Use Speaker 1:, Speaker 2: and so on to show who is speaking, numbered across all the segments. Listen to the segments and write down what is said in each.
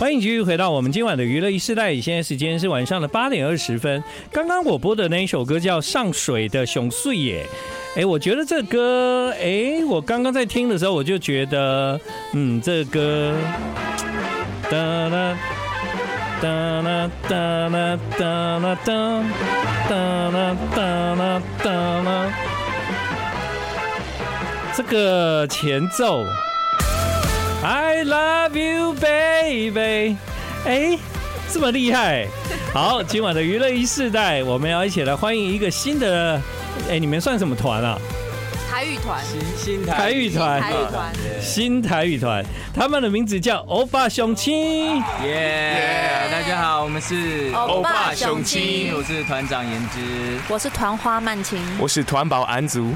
Speaker 1: 欢迎继续回到我们今晚的娱乐一世代，现在时间是晚上的八点二十分。刚刚我播的那一首歌叫《上水的熊碎耶》，哎，我觉得这歌，哎，我刚刚在听的时候，我就觉得，嗯，这歌，哒啦哒啦哒啦哒啦哒，哒啦哒啦哒啦，这个前奏。I love you, baby。哎，这么厉害！好，今晚的娱乐一世代，我们要一起来欢迎一个新的。哎，你们算什么团啊？
Speaker 2: 台语团，
Speaker 3: 新新
Speaker 1: 台语团
Speaker 2: 台语团，
Speaker 1: 新台语团，他们的名字叫欧巴雄青。
Speaker 3: 耶！大家好，我们是
Speaker 2: 欧巴哦雄青
Speaker 3: 我是团长颜值。
Speaker 2: 我是团花曼青，
Speaker 4: 我是团宝安族，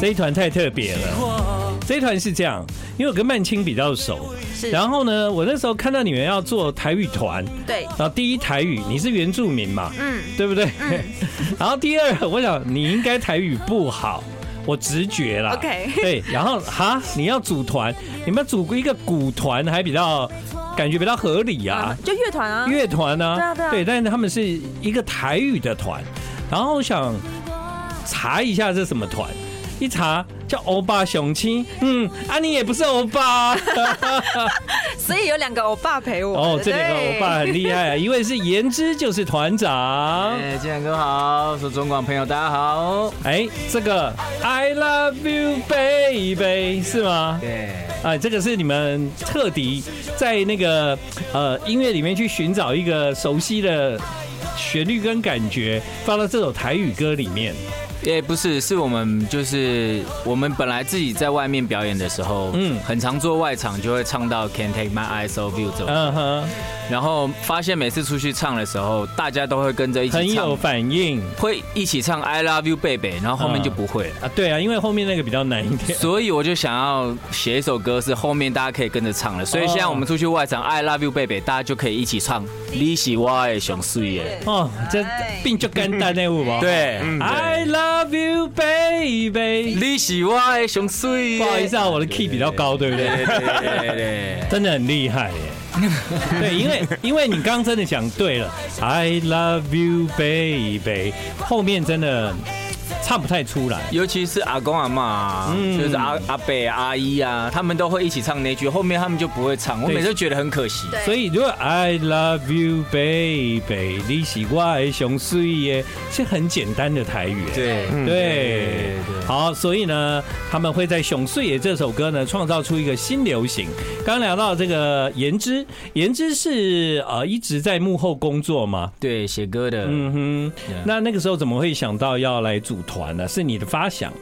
Speaker 1: 这一团太特别了。这一团是这样，因为我跟曼青比较熟，
Speaker 2: 是
Speaker 1: 然后呢，我那时候看到你们要做台语团，
Speaker 2: 对，
Speaker 1: 然后第一台语你是原住民嘛，
Speaker 2: 嗯，
Speaker 1: 对不对？ 然后第二，我想你应该台语不好，我直觉啦。
Speaker 2: OK
Speaker 1: 对，然后哈，你要组团，你们要组一个鼓团还比较感觉比较合理啊，
Speaker 2: 就乐团啊，
Speaker 1: 乐团呢、
Speaker 2: 对啊对啊
Speaker 1: 但是他们是一个台语的团，然后我想查一下这什么团。一查叫欧巴雄青，嗯，啊你也不是欧 巴啊、
Speaker 2: 所以有两个欧巴陪我。
Speaker 1: 哦，这
Speaker 2: 对
Speaker 1: 两个欧巴很厉害啊，一位是言之，就是团长，
Speaker 3: 哎，建然哥好，说中广朋友大家好。
Speaker 1: 哎，这个 I love you baby 是吗？
Speaker 3: 对，
Speaker 1: 哎，这个是你们彻底在那个呃音乐里面去寻找一个熟悉的旋律跟感觉，放到这首台语歌里面。
Speaker 3: 也不是，是我们就是我们本来自己在外面表演的时候，
Speaker 1: 嗯
Speaker 3: 嗯，很常做外场就会唱到 Can Take My Eyes Off You 这种，
Speaker 1: 嗯哼，
Speaker 3: 然后发现每次出去唱的时候，大家都会跟着一
Speaker 1: 很
Speaker 3: 起
Speaker 1: 有
Speaker 3: 唱，
Speaker 1: 反应
Speaker 3: 会一起唱 I Love You Baby，然后后面就不会了。
Speaker 1: 啊。对啊，因为后面那个比较难一点。
Speaker 3: 所以我就想要写一首歌，是后面大家可以跟着唱的。所以现在我们出去外
Speaker 1: 哦
Speaker 3: 场，I love you baby，大家就可以一起唱《你是我的熊睡耶
Speaker 1: 哦，这
Speaker 2: 哎
Speaker 1: 并就简单那舞吧》。。嗯
Speaker 3: 对，
Speaker 1: I love you baby。
Speaker 3: 你是我的熊睡
Speaker 1: 不好意思
Speaker 3: 啊，
Speaker 1: 啊，我的 key 比较高，对不对？
Speaker 3: 对对对对，
Speaker 1: 真的很厉害耶。 对，因为因为你刚刚真的讲对了，I love you baby，后面真的唱不太出来。
Speaker 3: 尤其是阿公阿妈，
Speaker 1: 嗯
Speaker 3: 就是阿阿伯阿姨啊，他们都会一起唱那句，后面他们就不会唱，我
Speaker 1: 对
Speaker 3: 每次都觉得很可惜。
Speaker 2: 对
Speaker 1: 所以如果 I love you baby，你是我的熊水耶，是很简单的台语耶。
Speaker 3: 对
Speaker 4: 嗯
Speaker 1: 对，好，所以呢，他们会在《熊碎野》这首歌呢，创造出一个新流行。刚聊到这个颜之，颜之是呃一直在幕后工作嘛，
Speaker 3: 对，写歌的，
Speaker 1: 嗯哼
Speaker 3: Yeah，
Speaker 1: 那那个时候怎么会想到要来组团呢？是你的发想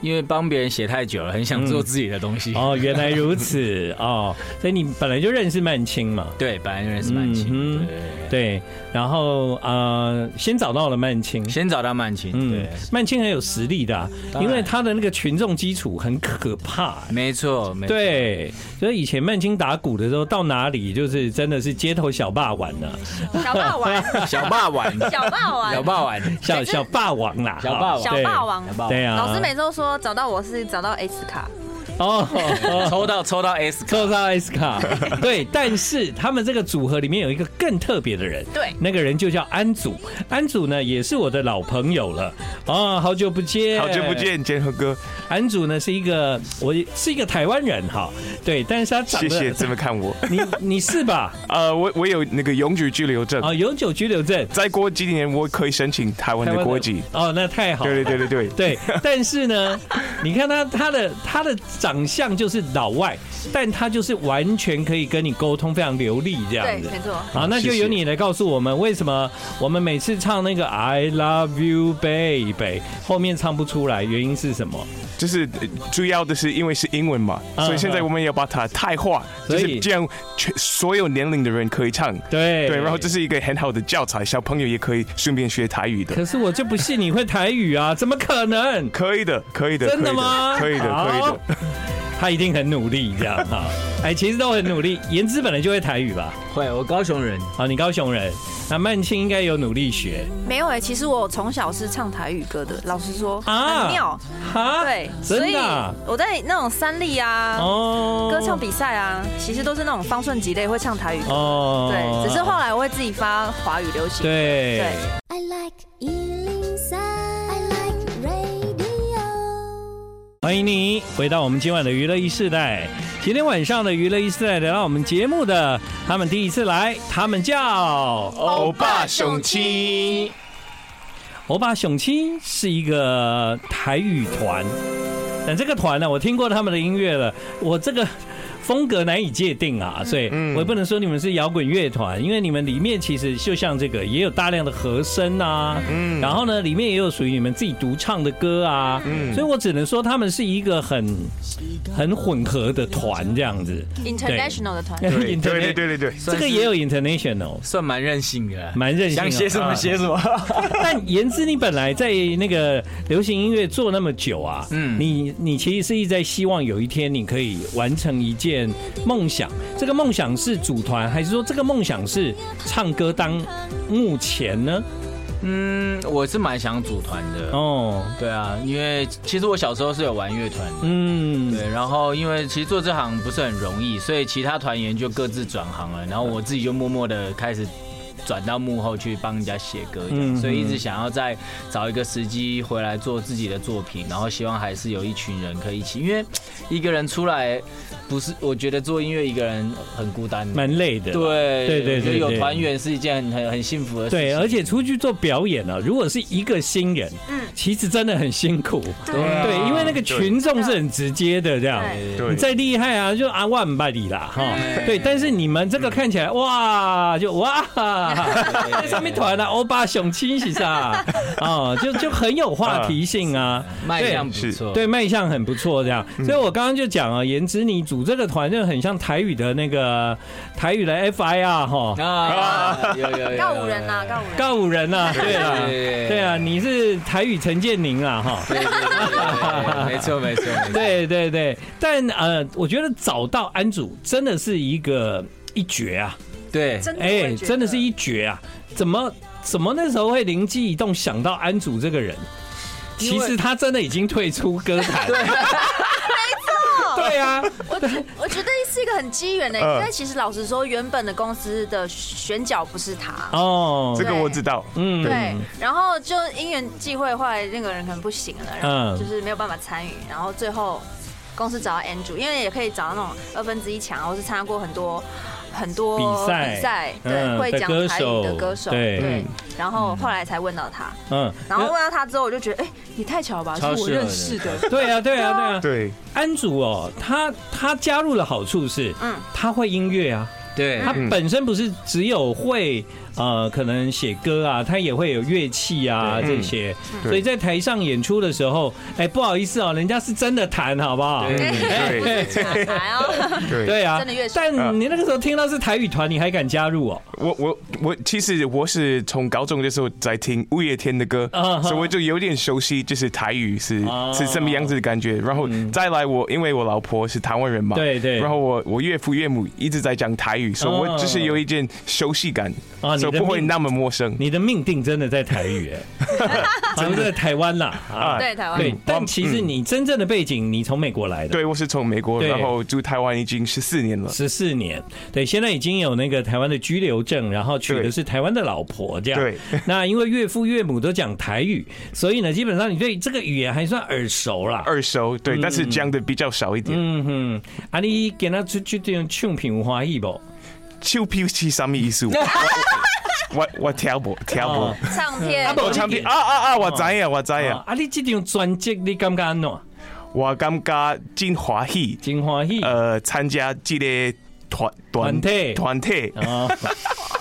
Speaker 3: 因为帮别人写太久了，很想做自己的东西。
Speaker 1: 哦，原来如 此哦，所以你本来就认识曼青嘛，
Speaker 3: 对，本来就认识曼
Speaker 1: 嗯
Speaker 3: 青，
Speaker 1: 哼
Speaker 3: 对对对
Speaker 1: 对，然后呃，先找到了曼青，
Speaker 3: 先找到曼青，
Speaker 1: 嗯
Speaker 3: 对。，
Speaker 1: 曼青很有实力的啊、
Speaker 3: 当然
Speaker 1: 因为他的那个群众基础很可怕、
Speaker 3: 没错，没错，
Speaker 1: 对，所以以前曼青打鼓的时候，到哪里就是真的是街头小霸王啊 呢、
Speaker 2: 小霸 王，
Speaker 3: 小霸王，
Speaker 2: 小霸王，
Speaker 3: 小霸王，
Speaker 1: 小小霸王啦，
Speaker 3: 小霸王
Speaker 2: 小霸王
Speaker 3: 小
Speaker 1: 对
Speaker 3: 霸
Speaker 1: 对
Speaker 3: 王，
Speaker 1: 啊，
Speaker 2: 老师每次都说找到我是找到 S 卡，
Speaker 1: 哦，
Speaker 3: 抽到抽到 S 卡，
Speaker 1: 受伤 S 卡， 对，但是他们这个组合里面有一个更特别的人，
Speaker 2: 对
Speaker 1: 那个人就叫安祖，安祖呢也是我的老朋友了，啊，好久不见，
Speaker 4: 好久不。见，建和哥，
Speaker 1: 安祖呢是一个，我是一个台湾人哈，对，但是他长
Speaker 4: 谢
Speaker 1: 得，
Speaker 4: 谢这么看我。
Speaker 1: 你你是吧？
Speaker 4: 呃，我我有那个永久居留证，
Speaker 1: 啊，永久居留证，
Speaker 4: 再过几年我可以申请台湾
Speaker 1: 台湾
Speaker 4: 的
Speaker 1: 的
Speaker 4: 国籍。
Speaker 1: 哦，那太好了，
Speaker 4: 对对对对对，
Speaker 1: 对，但是呢， 你看他他的他的长相就是老外，但他就是完全可以跟你沟通非常流利这样
Speaker 2: 对，
Speaker 1: 子。
Speaker 2: 没错，
Speaker 1: 好，那就由你来告诉我们，为什么我们每次唱那个 I love you baby 后面唱不出来，原因是什么？
Speaker 4: 就是呃主要的是因为是英文嘛，
Speaker 1: 嗯
Speaker 4: 所以现在我们要把它泰化，就
Speaker 1: 所以
Speaker 4: 是这样全所有年龄的人可以唱。
Speaker 1: 对
Speaker 4: 对，然后这是一个很好的教材，小朋友也可以顺便学台语的。
Speaker 1: 可是我就不信你会台语啊，怎么可能？
Speaker 4: 可以的，可以的，
Speaker 1: 真的
Speaker 4: 可以
Speaker 1: 吗
Speaker 4: 可以的，可以
Speaker 1: 好
Speaker 4: 的。
Speaker 1: 他一定很努力这样 哈。哎，其实都很努力。言之本来就会台语吧？
Speaker 3: 会，我高雄人，
Speaker 1: 好，你高雄人，那曼青应该有努力学
Speaker 2: 没有哎、其实我从小是唱台语歌的，老实说
Speaker 1: 啊
Speaker 2: 很妙。
Speaker 1: 哈
Speaker 2: 对，所
Speaker 1: 真
Speaker 2: 以
Speaker 1: 的啊
Speaker 2: 我在那种三立啊、
Speaker 1: 哦
Speaker 2: 歌唱比赛啊，其实都是那种方顺几类会唱台语歌。
Speaker 1: 哦
Speaker 2: 对，只是后来我会自己发华语流行。
Speaker 1: 对
Speaker 2: 对
Speaker 5: I like Ealing Sound. I like radio.
Speaker 1: 欢迎你回到我们今晚的娱乐一世代。今天晚上的娱乐一世代来到我们节目的，他们第一次来，他们叫
Speaker 4: 欧巴雄七，
Speaker 1: 欧巴雄七，是一个台语团。但这个团呢，我听过他们的音乐了，我这个风格难以界定啊，所以我也不能说你们是摇滚乐团，因为你们里面其实就像这个，也有大量的和声啊，
Speaker 4: 嗯
Speaker 1: 然后呢，里面也有属于你们自己独唱的歌啊，
Speaker 4: 嗯
Speaker 1: 所以我只能说他们是一个很很混合的团这样子。
Speaker 2: ，International 的团。
Speaker 4: 对对对对对，
Speaker 1: 这个也有 international，
Speaker 3: 算蛮任性的啦，
Speaker 1: 蛮任性的啊
Speaker 3: 想写什么写什么。
Speaker 1: 但言之，你本来在那个流行音乐做那么久啊，嗯，
Speaker 3: 嗯
Speaker 1: 你你其实是一直在希望有一天你可以完成一件梦想。这个梦想是组团，还是说这个梦想是唱歌当幕前呢？
Speaker 3: 嗯，我是蛮想组团的。
Speaker 1: 哦，
Speaker 3: 对啊，因为其实我小时候是有玩乐团的。
Speaker 1: 嗯，
Speaker 3: 对，然后因为其实做这行不是很容易，所以其他团员就各自转行了，然后我自己就默默的开始转到幕后去帮人家写歌这样，
Speaker 1: 嗯
Speaker 3: 所以一直想要再找一个时机回来做自己的作品，然后希望还是有一群人可以一起，因为一个人出来不是，我觉得做音乐一个人很孤单的。
Speaker 1: 蛮累的，
Speaker 3: 对
Speaker 1: 对对对
Speaker 3: 我觉得有
Speaker 1: 对
Speaker 3: 团员是一件很很很幸福的事情。
Speaker 1: 对，而且出去做表演呢、啊，如果是一个新人，嗯
Speaker 2: 嗯，
Speaker 1: 其实真的很辛苦，
Speaker 4: 啊
Speaker 1: 对，因为那个群众是很直接的这样。
Speaker 2: 对
Speaker 4: 对
Speaker 1: 你再厉害啊，就阿万百里啦，哈，
Speaker 3: 嗯
Speaker 1: 对。但是你们这个看起来，哇，就哇，在上面团啊，欧巴熊清洗啥，哦，就就很有话题性啊，
Speaker 3: 卖
Speaker 1: 对
Speaker 3: 相不
Speaker 4: 是
Speaker 3: 错。
Speaker 1: 对，卖相很不错，这样。
Speaker 3: 嗯
Speaker 1: 所以我刚刚就讲啊，颜值你组这个团就很像台语的那个台语的 FIR 哈，
Speaker 3: 啊，有有有有
Speaker 2: 告五人呐，告五人。
Speaker 1: 呃告五人啊，对啊，
Speaker 3: 对
Speaker 1: 对啊，你是台语陈建宁啊，哈。
Speaker 3: 对对对对，没错没错没错。
Speaker 1: 对对对，但呃，我觉得找到安主真的是一个一绝啊，
Speaker 3: 对，
Speaker 2: 真的，
Speaker 1: 哎、真的是一绝啊！怎么怎么那时候会灵机一动想到安祖这个人？
Speaker 3: 因
Speaker 1: 其
Speaker 3: 为
Speaker 1: 实他真的已经退出歌坛，对，没错， 对啊，
Speaker 2: 我觉我觉得是一个很机缘的，
Speaker 4: 嗯
Speaker 2: 因为其实老实说，原本的公司的选角不是他，
Speaker 1: 哦
Speaker 4: 这，个我知道，
Speaker 1: 嗯
Speaker 2: 对，然后就因缘际会，后来那个人可能不行了，然
Speaker 1: 嗯
Speaker 2: 后就是没有办法参与，然后最后公司找到 Andrew，因为也可以找到那种二分之一强，或是参加过很多很多
Speaker 1: 比赛
Speaker 2: 比赛，对，
Speaker 1: 嗯
Speaker 2: 会讲
Speaker 1: 的歌
Speaker 2: 台
Speaker 1: 手
Speaker 2: 语的歌手，
Speaker 1: 对
Speaker 2: 对，然后后来才问到他，
Speaker 1: 嗯，
Speaker 2: 然后问到他之后，我就觉得，哎，你太巧了吧，是
Speaker 3: 超
Speaker 2: 我
Speaker 3: 适合
Speaker 2: 认
Speaker 3: 的
Speaker 2: 识的，
Speaker 1: 对啊，对啊，对啊，
Speaker 4: 对，
Speaker 1: 安祖哦，他他加入的好处是，嗯
Speaker 2: 嗯，
Speaker 1: 他会音乐啊，
Speaker 3: 对，
Speaker 1: 他
Speaker 4: 嗯
Speaker 1: 本身不是只有会呃，可能写歌啊，他也会有乐器啊
Speaker 4: 对
Speaker 1: 这些，
Speaker 4: 对
Speaker 1: 所以在台上演出的时候，哎，不好意思哦，人家是真的弹，好不好？
Speaker 3: 对
Speaker 2: 不是假来哦，
Speaker 4: 对，
Speaker 1: 对啊
Speaker 2: 真的乐，手
Speaker 1: 但你那个时候听到是台语团，你还敢加入哦？
Speaker 4: 我我我，其实我是从高中的时候在听五月天的歌
Speaker 1: 啊哈，
Speaker 4: 所以我就有点熟悉，就是台语是
Speaker 1: 哦
Speaker 4: 是什么样子的感觉。然后再来我，因为我老婆是台湾人嘛，
Speaker 1: 对对
Speaker 4: 然后我我岳父岳母一直在讲台语，所以
Speaker 1: 哦
Speaker 4: 我就是有一点熟悉感，
Speaker 1: 哦
Speaker 4: 所以
Speaker 1: 你的
Speaker 4: 不会
Speaker 1: 命
Speaker 4: 那么陌生。
Speaker 1: 你的命定真的在台语，哎，好像在台湾啦啊。
Speaker 2: 对台湾
Speaker 1: 对
Speaker 4: 嗯，
Speaker 1: 但其实你真正的背景，你从美国来的。
Speaker 4: 对，我是从美国，
Speaker 1: 对
Speaker 4: 然后住台湾已经十四年了。
Speaker 1: 十四年，对，现在已经有那个台湾的居留证，然后娶的
Speaker 4: 对
Speaker 1: 是台湾的老婆，这样。
Speaker 4: 对。
Speaker 1: 那因为岳父岳母都讲台语，所以呢，基本上你对这个语言还算耳熟啦。
Speaker 4: 二手对，但是讲的比较少一点。
Speaker 1: 嗯哼，啊，你给他出去这种唱片有欢喜不？
Speaker 4: 臭屁是什么意思？我我我挑不挑
Speaker 1: 哦
Speaker 4: 不，
Speaker 2: 唱片
Speaker 1: 啊不
Speaker 4: 我唱片啊啊啊！我知呀，我知呀，
Speaker 1: 啊，你这张专辑你感觉安怎？
Speaker 4: 我感觉真欢喜。
Speaker 1: 真欢喜。
Speaker 4: 呃，参加这个团
Speaker 1: 团体
Speaker 4: 团体，
Speaker 1: 哦，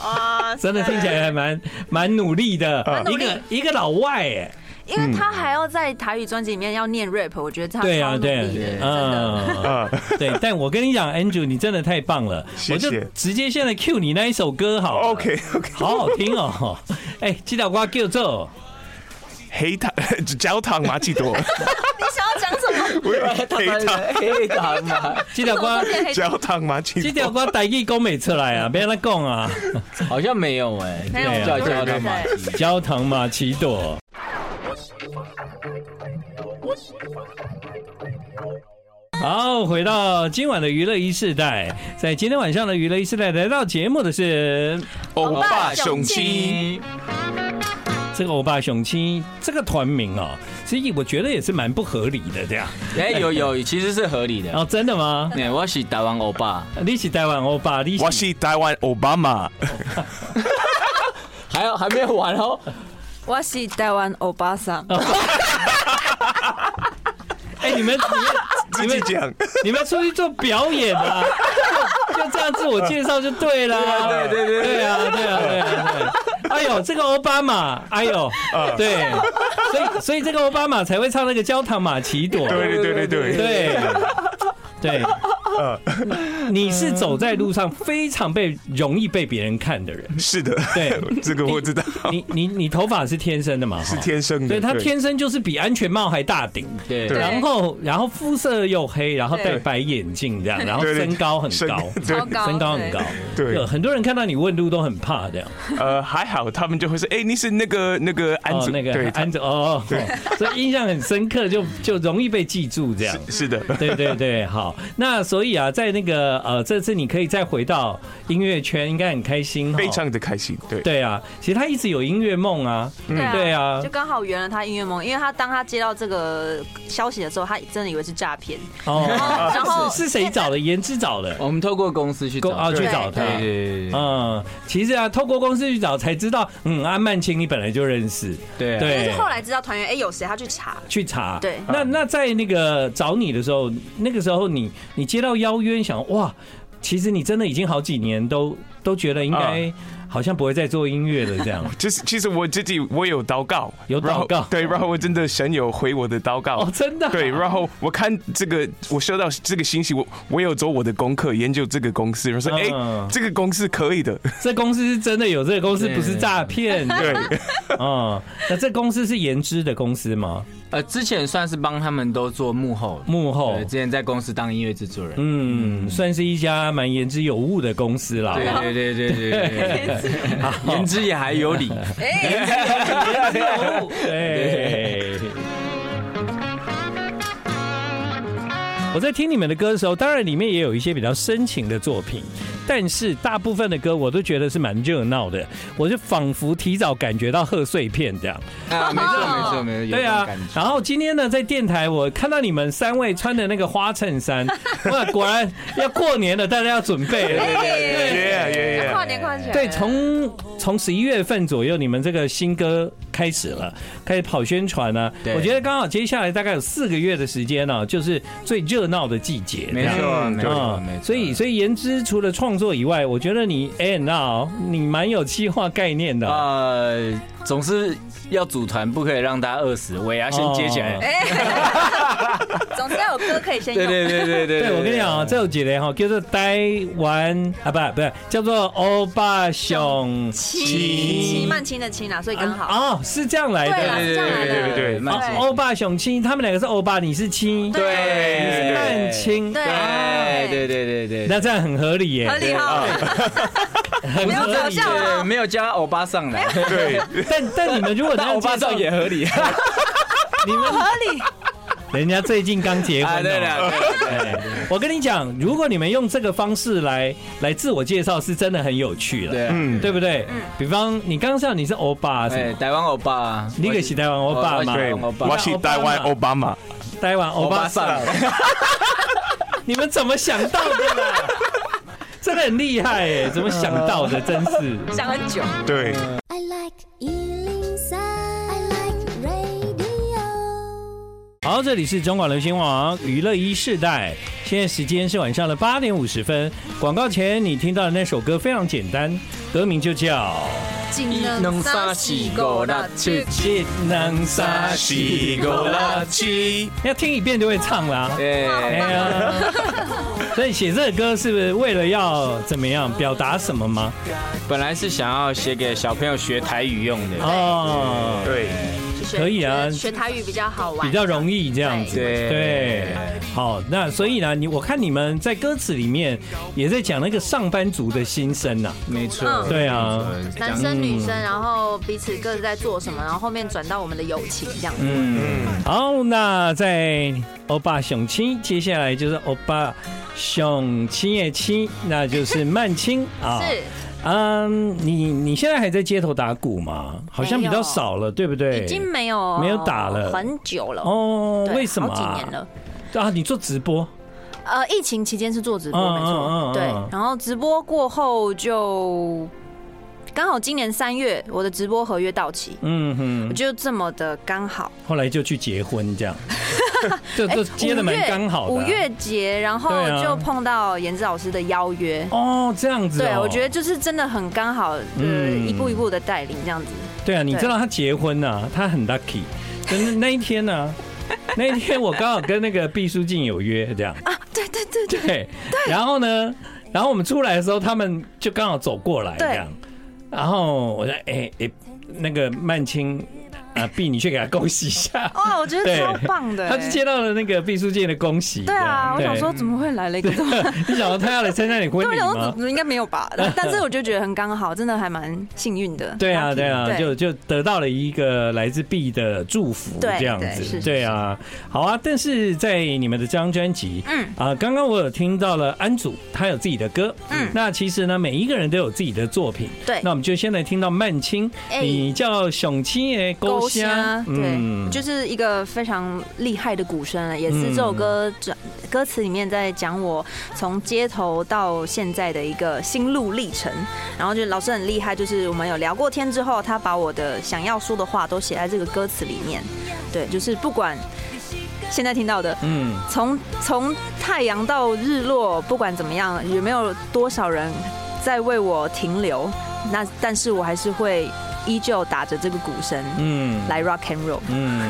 Speaker 2: 啊，
Speaker 1: 真的听起来还蛮蛮努力的，
Speaker 4: 呃
Speaker 2: 努
Speaker 1: 一
Speaker 2: 力
Speaker 1: 个一个老外哎，
Speaker 2: 因为他还要在台语专辑里面要念 rap，我觉得他
Speaker 1: 对
Speaker 2: 超
Speaker 1: 啊
Speaker 2: 努力的
Speaker 1: 对，啊
Speaker 2: 真的。
Speaker 4: 呃，
Speaker 1: 对，但我跟你讲，Andrew，你真的太棒了，
Speaker 4: 谢谢
Speaker 1: 我就直接现在 cue 你那一首歌好了
Speaker 4: OK OK，
Speaker 1: 好好听哦！哎，这条歌叫做
Speaker 4: 黑糖焦糖麻吉多，
Speaker 2: 你想要讲什么？
Speaker 4: 我有
Speaker 3: 黑
Speaker 4: 黑糖
Speaker 3: 糖黑糖嘛，
Speaker 1: 这条瓜，
Speaker 4: 焦糖麻吉
Speaker 1: 这条瓜台语讲袂出来啊，别来讲啊，
Speaker 3: 好像没有哎，
Speaker 2: 没有
Speaker 3: 叫
Speaker 2: 没有
Speaker 3: 叫他
Speaker 2: 对
Speaker 3: 马吉。
Speaker 1: 焦糖玛奇朵。好，回到今晚的娱乐一世代，在今天晚上的娱乐一世代，来到节目的是
Speaker 4: 欧巴雄鸡，
Speaker 3: 鸡
Speaker 1: 这个欧巴雄青这个团名哦，其实我觉得也是蛮不合理的，这样。
Speaker 3: 哎，有有，其实是合理的。
Speaker 1: 哦，真的吗？
Speaker 3: 哎，我是台湾欧巴，
Speaker 1: 你是台湾欧巴，你
Speaker 4: 我
Speaker 1: 是
Speaker 4: 是台湾奥巴马，
Speaker 3: 还有还没有完哦。
Speaker 2: 我是台湾欧巴桑，
Speaker 1: 哦哎、你们
Speaker 4: 自
Speaker 1: 你们
Speaker 4: 己
Speaker 1: 你们
Speaker 4: 讲。
Speaker 1: 你们出去做表演啊， 就这样自我介绍就对啦。
Speaker 3: 对对对对
Speaker 1: 对啊对啊对啊对啊。哎呦，这个奥巴马，哎呦，对，所以所以这个奥巴马才会唱那个焦糖玛奇朵。
Speaker 4: 对对对对对，
Speaker 1: 对。对，你是走在路上非常被容易被别人看的人，
Speaker 4: 是的，
Speaker 1: 对
Speaker 4: 这个我知道，
Speaker 1: 你你你头发是天生的嘛？
Speaker 4: 嗯是
Speaker 1: 哈
Speaker 4: 天生的。
Speaker 1: 对，它天生就是比安全帽还大顶，
Speaker 3: 对
Speaker 2: 对
Speaker 1: 然后然后肤色又黑，然后戴
Speaker 2: 对
Speaker 1: 白眼镜这样，然后
Speaker 4: 对对
Speaker 1: 身高很
Speaker 4: 身
Speaker 1: 高，
Speaker 2: 超
Speaker 4: 对，
Speaker 2: 高，
Speaker 1: 身高很高，
Speaker 4: 对
Speaker 1: 有很多人看到你问路都很怕这样。
Speaker 4: 呃，还好他们就会说，哎，你是那个那个安
Speaker 1: 哦
Speaker 4: 祖，，
Speaker 1: 那个
Speaker 4: 对，
Speaker 1: 安总哦，哦 所以印象很深刻，就就容易被记住这样。
Speaker 4: 是的，
Speaker 1: 对对对，好，那所以啊，在那个呃，这次你可以再回到音乐圈，应该很开心哈。哦
Speaker 4: 非常的开心，对，
Speaker 1: 对啊，其实他一直有音乐梦啊，
Speaker 4: 嗯
Speaker 1: 对啊
Speaker 2: 就，刚好圆了他音乐梦，因为他当他接到这个消息的时候，他真的以为是诈骗，
Speaker 1: 哦，
Speaker 2: 然后
Speaker 1: 是是谁找的？颜值找的，
Speaker 4: 哦
Speaker 3: 我们透过公司去
Speaker 1: 公
Speaker 3: 找
Speaker 1: 啊
Speaker 3: 他，
Speaker 1: 去找他
Speaker 3: 对。对对对
Speaker 1: 嗯，其实啊，透过公司去找才知道，嗯，安曼青你本来就认识，
Speaker 3: 对啊
Speaker 1: 对
Speaker 2: 但是后来知道团员哎有谁，他去查，
Speaker 1: 去查。
Speaker 2: 对
Speaker 1: 那那在那个找你的时候，那个时候你你接到邀约，想哇，其实你真的已经好几年都都觉得应该好像不会再做音乐了这样。
Speaker 4: 就是其实我自己我有祷告，
Speaker 1: 有祷
Speaker 4: 然后
Speaker 1: 告
Speaker 4: 对，然后我真的神有回我的祷告，
Speaker 1: 哦，真的啊、
Speaker 4: 对，然后我看这个，我收到这个信息，我我有做我的功课，研究这个公司，我说哎、
Speaker 1: 嗯
Speaker 4: 这个公司可以的，
Speaker 1: 这公司是真的有，这个公司不是诈骗。
Speaker 4: 对，
Speaker 1: 嗯，那这公司是颜值的公司吗？
Speaker 3: 呃，之前算是帮他们都做幕后，
Speaker 1: 幕后
Speaker 3: 对，之前在公司当音乐制作人。
Speaker 1: 嗯，算是一家蛮言之有物的公司啦。
Speaker 3: 对对对对 对对，言之也还有理。
Speaker 2: 哎
Speaker 1: 对。我在听你们的歌的时候，当然里面也有一些比较深情的作品，但是大部分的歌我都觉得是蛮热闹的，我就仿佛提早感觉到贺岁片这样。
Speaker 3: 啊，没错没错没错，有
Speaker 1: 对
Speaker 3: 这种
Speaker 1: 啊
Speaker 3: 感，觉。
Speaker 1: 然后今天呢，在电台我看到你们三位穿的那个花衬 衫，哇，果然要过年了，大家要准备了。
Speaker 4: 耶耶耶，
Speaker 2: 哎跨年跨起来了，
Speaker 3: 呃
Speaker 1: 对，从从十一月份左右，你们这个新歌开始了，开始跑宣传呢、
Speaker 3: 对
Speaker 1: 我觉得刚好接下来大概有四个月的时间呢、就是最热闹的季节。
Speaker 3: 没
Speaker 1: 这样
Speaker 3: 错
Speaker 4: 嗯
Speaker 3: 没错
Speaker 1: 啊
Speaker 3: 没错。
Speaker 1: 所以所以言之除了创作以外，我觉得你 a n now 你蛮有企划概念的啊。
Speaker 3: 呃，总是要组团，不可以让大家饿死，我也要先接起
Speaker 1: 哦
Speaker 3: 来。
Speaker 2: 哎 总之要有歌可以先
Speaker 3: 对
Speaker 2: 用。
Speaker 3: 对对对对，
Speaker 1: 对，我跟你讲啊，这有几年哈，叫做呆玩啊，不不是，叫做欧巴熊
Speaker 2: 七曼青的青啦，所以刚好。
Speaker 1: 啊，哦是这样来
Speaker 2: 对啦，
Speaker 1: 的。
Speaker 2: 是这样来
Speaker 4: 对对
Speaker 2: 的。
Speaker 4: 对
Speaker 3: 慢
Speaker 1: 哦
Speaker 3: 慢
Speaker 1: 欧巴熊亲，他们两个是欧巴，你是亲，你
Speaker 2: 对
Speaker 3: 对，
Speaker 1: 是蛋亲，
Speaker 2: 对
Speaker 3: 对对对对对，
Speaker 1: 那这样很合理耶，
Speaker 2: 合理
Speaker 3: 哎
Speaker 2: 哈，
Speaker 1: 很
Speaker 2: 没有
Speaker 1: 合
Speaker 2: 搞
Speaker 1: 理。
Speaker 2: 笑
Speaker 3: 对，
Speaker 2: 哈。
Speaker 3: 没有加欧巴上来，
Speaker 4: 对，
Speaker 1: 但但你们如果这
Speaker 3: 那
Speaker 1: 样
Speaker 3: 欧巴
Speaker 1: 介绍
Speaker 3: 上，也合理。
Speaker 1: 你们合理。人家最近刚结婚、
Speaker 3: 啊，
Speaker 1: 哦，
Speaker 3: 对了，
Speaker 1: 对我跟你讲，如果你们用这个方式来来自我介绍，是真的很有趣了，
Speaker 3: 对啊，
Speaker 4: 嗯，
Speaker 1: 对不对？比方你刚刚说你是欧巴什
Speaker 3: 哎，
Speaker 1: 么，
Speaker 3: 台湾欧巴，
Speaker 1: 你可是台湾欧巴嘛，
Speaker 4: 对，
Speaker 3: 我欧巴
Speaker 4: 我是台湾奥巴马，
Speaker 1: 台湾欧
Speaker 3: 欧
Speaker 1: 巴
Speaker 3: 巴
Speaker 1: 桑
Speaker 3: 上，，
Speaker 1: 你们怎么想到的 啦？真的很厉害哎，怎么想到的？真是。
Speaker 2: 想很久，
Speaker 4: 对，
Speaker 5: I like Ealing Sound. I like radio.
Speaker 1: 好，这里是中广流行网娱乐一世代，现在时间是晚上的八点五十分。广告前你听到的那首歌非常简单，歌名就叫
Speaker 2: 技
Speaker 3: 能三四五六七
Speaker 1: 《技能杀手》，
Speaker 4: 西狗拉七，
Speaker 1: 要听一遍就会唱啦。哎
Speaker 3: 对，
Speaker 1: 呀，所以写这个歌是不是为了要怎么样表达什么吗？
Speaker 3: 本来是想要写给小朋友学台语用的，
Speaker 1: 哦，
Speaker 4: 对，
Speaker 2: 学
Speaker 1: 可以啊
Speaker 2: 觉得学台语比较好玩，
Speaker 1: 比较容易这样子。
Speaker 3: 对
Speaker 1: 对，好，那所以呢，你我看你们在歌词里面也在讲那个上班族的心声呐。
Speaker 3: 没错，呃
Speaker 2: 嗯
Speaker 1: 对啊
Speaker 3: 没错
Speaker 2: 男生女生，然后彼此各自在做什么，然后后面转到我们的友情这样
Speaker 3: 嗯
Speaker 2: 子。
Speaker 1: 好，那在欧巴熊青，接下来就是欧巴熊青也青，那就是曼青啊。
Speaker 2: 是
Speaker 1: 嗯，你你现在还在街头打鼓吗？好像比
Speaker 2: 没
Speaker 1: 较
Speaker 2: 有
Speaker 1: 少了，对不对？
Speaker 2: 已经没有
Speaker 1: 没有打了
Speaker 2: 很久了。
Speaker 1: 哦，
Speaker 2: 对
Speaker 1: 为什么、啊？
Speaker 2: 好几年了。
Speaker 1: 啊，你做直播，
Speaker 2: 呃，疫情期间是做直播，
Speaker 1: 嗯
Speaker 2: 没
Speaker 1: 嗯嗯
Speaker 2: 错，对
Speaker 1: 嗯。
Speaker 2: 然后直播过后就刚好今年三月我的直播合约到期，
Speaker 1: 嗯
Speaker 2: 我
Speaker 1: 哼，
Speaker 2: 就这么的刚好，
Speaker 1: 后来就去结婚 这样，这
Speaker 2: 哎
Speaker 1: 这 接的蛮刚好的啊、
Speaker 2: 五月节，然后
Speaker 1: 对啊
Speaker 2: 就碰到颜志老师的邀约。
Speaker 1: 哦，这样子、哦，
Speaker 2: 对，我觉得就是真的很刚好，呃，
Speaker 1: 嗯
Speaker 2: 一步一步的带领这样子。
Speaker 1: 对啊，你
Speaker 2: 对
Speaker 1: 知道他结婚呐、他很 lucky，真的那一天呢、那一天我刚好跟那个毕书尽有约，这样啊， 对对对对然后呢，然后我们出来的时候，他们就刚好走过来
Speaker 2: 对
Speaker 1: 这样，然后我说，哎、哎、那个曼青啊，毕你去给他恭喜一 下，
Speaker 2: 哇，我觉得
Speaker 1: 对
Speaker 2: 超棒的欸！
Speaker 1: 他就接到了那个毕书尽的恭喜，
Speaker 2: 对啊，我
Speaker 1: 这样
Speaker 2: 想说怎么会来了 一个这么
Speaker 1: 对 你想到他要来参加你婚 礼
Speaker 2: 对，啊我想说
Speaker 1: 吗
Speaker 2: 怎？么应该没有吧？但是我就觉得很刚好，真的还蛮幸运的。
Speaker 1: 对啊，
Speaker 2: Lucky，
Speaker 1: 对啊，就就得到了一个来自 B 的祝福，
Speaker 2: 对
Speaker 1: 这样
Speaker 2: 对是
Speaker 1: 子，
Speaker 2: 是
Speaker 1: 对啊，好啊。但是在你们的这张专辑，嗯啊，刚刚我有听到了安祖，他有自己的歌，嗯
Speaker 2: 嗯，
Speaker 1: 那其实呢，每一个人都有自己的作品，
Speaker 2: 对
Speaker 1: 那我们就先来听到曼青，
Speaker 2: 哎
Speaker 1: 你叫熊青诶，虾
Speaker 2: 勾虾，，
Speaker 1: 嗯
Speaker 2: 对，就是一个非常厉害的鼓声了，也是这首歌转歌词里面在讲我从街头到现在的一个心路历程。然后就老师很厉害，就是我们有聊过天之后，他把我的想要说的话都写在这个歌词里面。对，就是不管 现在听到的，
Speaker 1: 嗯，
Speaker 2: 从从太阳到日落，不管怎么样，有没有多少人在为我停留，那但是我还是会依旧打着这个鼓声
Speaker 1: 嗯
Speaker 2: 来 rock and roll。
Speaker 1: 嗯，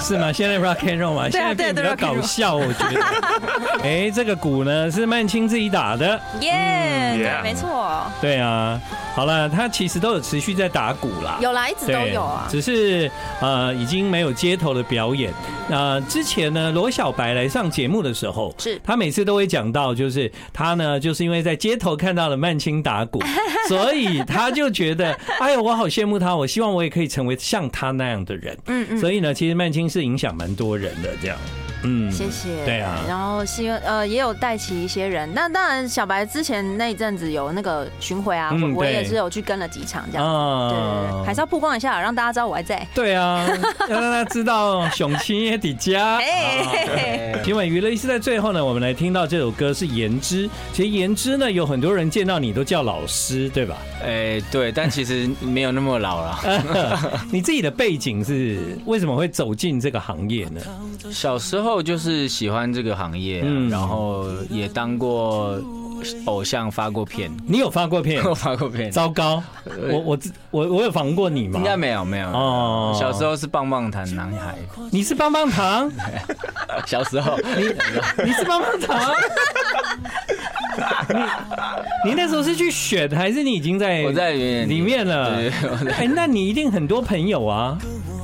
Speaker 1: 是吗？现在 rock and roll 嘛，现
Speaker 2: 对啊
Speaker 1: 在变得
Speaker 2: 对
Speaker 1: 比
Speaker 2: 啊
Speaker 1: 较
Speaker 2: 对啊
Speaker 1: 搞笑，我觉得。 哎，这个鼓呢是曼青自己打的，
Speaker 2: 耶、
Speaker 4: Yeah
Speaker 1: 嗯
Speaker 2: 对，没错，
Speaker 1: 对啊。好了，他其实都有持续在打鼓啦。
Speaker 2: 有啦，一直都有啊。
Speaker 1: 只是呃，已经没有街头的表演。那、之前呢，罗小白来上节目的时候，
Speaker 2: 是
Speaker 1: 他每次都会讲到，就是他呢，就是因为在街头看到了曼青打 鼓，所以他就觉得，哎呦，我好羡慕他，我希望我也可以成为像他那样的人。
Speaker 2: 嗯嗯，
Speaker 1: 所以呢，其实曼青是影响蛮多人的，这样，嗯，
Speaker 2: 谢谢。
Speaker 1: 对啊
Speaker 2: 然后希望呃也有带起一些人，那当然小白之前那一阵子有那个巡回啊，
Speaker 1: 嗯
Speaker 2: 我我
Speaker 1: 对
Speaker 2: 也是有去跟了几场这样。对对，
Speaker 1: 啊
Speaker 2: 对还是要曝光一下，让大家知道我还在。
Speaker 1: 对啊，要让他知道熊青也得 家。
Speaker 2: 哎、
Speaker 1: 今晚娱乐一时在最后呢，我们来听到这首歌是言之。其实言之呢，有很多人见到你都叫老师，对吧？
Speaker 3: 哎，对，但其实没有那么老了。
Speaker 1: 你自己的背景是为什么会走进这个行业 呢？
Speaker 3: 小时候就是喜欢这个行业啊、
Speaker 1: 嗯
Speaker 3: 然后也当过偶像，发过片，
Speaker 1: 你有发过 片？
Speaker 3: 我发过片，
Speaker 1: 嗯糟糕，我我我我有访过你吗
Speaker 3: 呃应？该没有没有
Speaker 1: 哦
Speaker 3: 哦。小时候是棒棒糖男孩，
Speaker 1: 你是棒棒 糖，
Speaker 3: 小时候
Speaker 1: 你是棒棒 糖。你你那时候是去选，还是你已经在
Speaker 3: 我在里面
Speaker 1: 里面了？
Speaker 3: 对对对 我在
Speaker 1: 哎、那你一定很多朋友啊，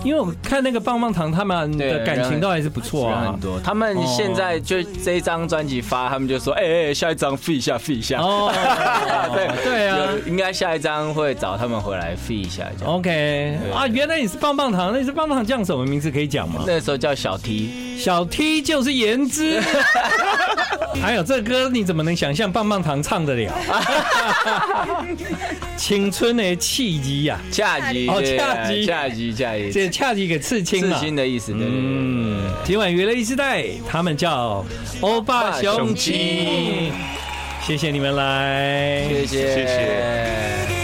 Speaker 1: 因为我看那个棒棒糖他们的
Speaker 3: 对
Speaker 1: 感情都还是不错
Speaker 3: 人
Speaker 1: 啊
Speaker 3: 很。多。他们现在就这一张专辑发，他们就说：“哎、哎、下一张 f 一下 f 一下。，
Speaker 1: 哦
Speaker 3: 对
Speaker 1: 对啊
Speaker 3: 有应该下一张会找他们回来 f 一下。这样
Speaker 1: ，OK 啊，原来你是棒棒糖，那你是棒棒糖叫什么名字可以讲吗？
Speaker 3: 那时候叫小 T，
Speaker 1: 小 T 就是颜 值。还有这歌你怎么能想象棒棒糖唱得了？ 青春的契机呀，
Speaker 3: 恰吉，
Speaker 1: 哦
Speaker 3: 对
Speaker 1: 恰吉
Speaker 3: 恰吉，恰吉，
Speaker 1: 这恰吉给刺青
Speaker 3: 刺
Speaker 1: 嘛。
Speaker 3: 青的意思，对对对对
Speaker 1: 嗯，今晚娱乐一时代，他们叫欧巴
Speaker 3: 霸
Speaker 1: 雄
Speaker 3: 雄
Speaker 1: 鸡，谢谢你们来，
Speaker 3: 谢谢，
Speaker 4: 谢谢。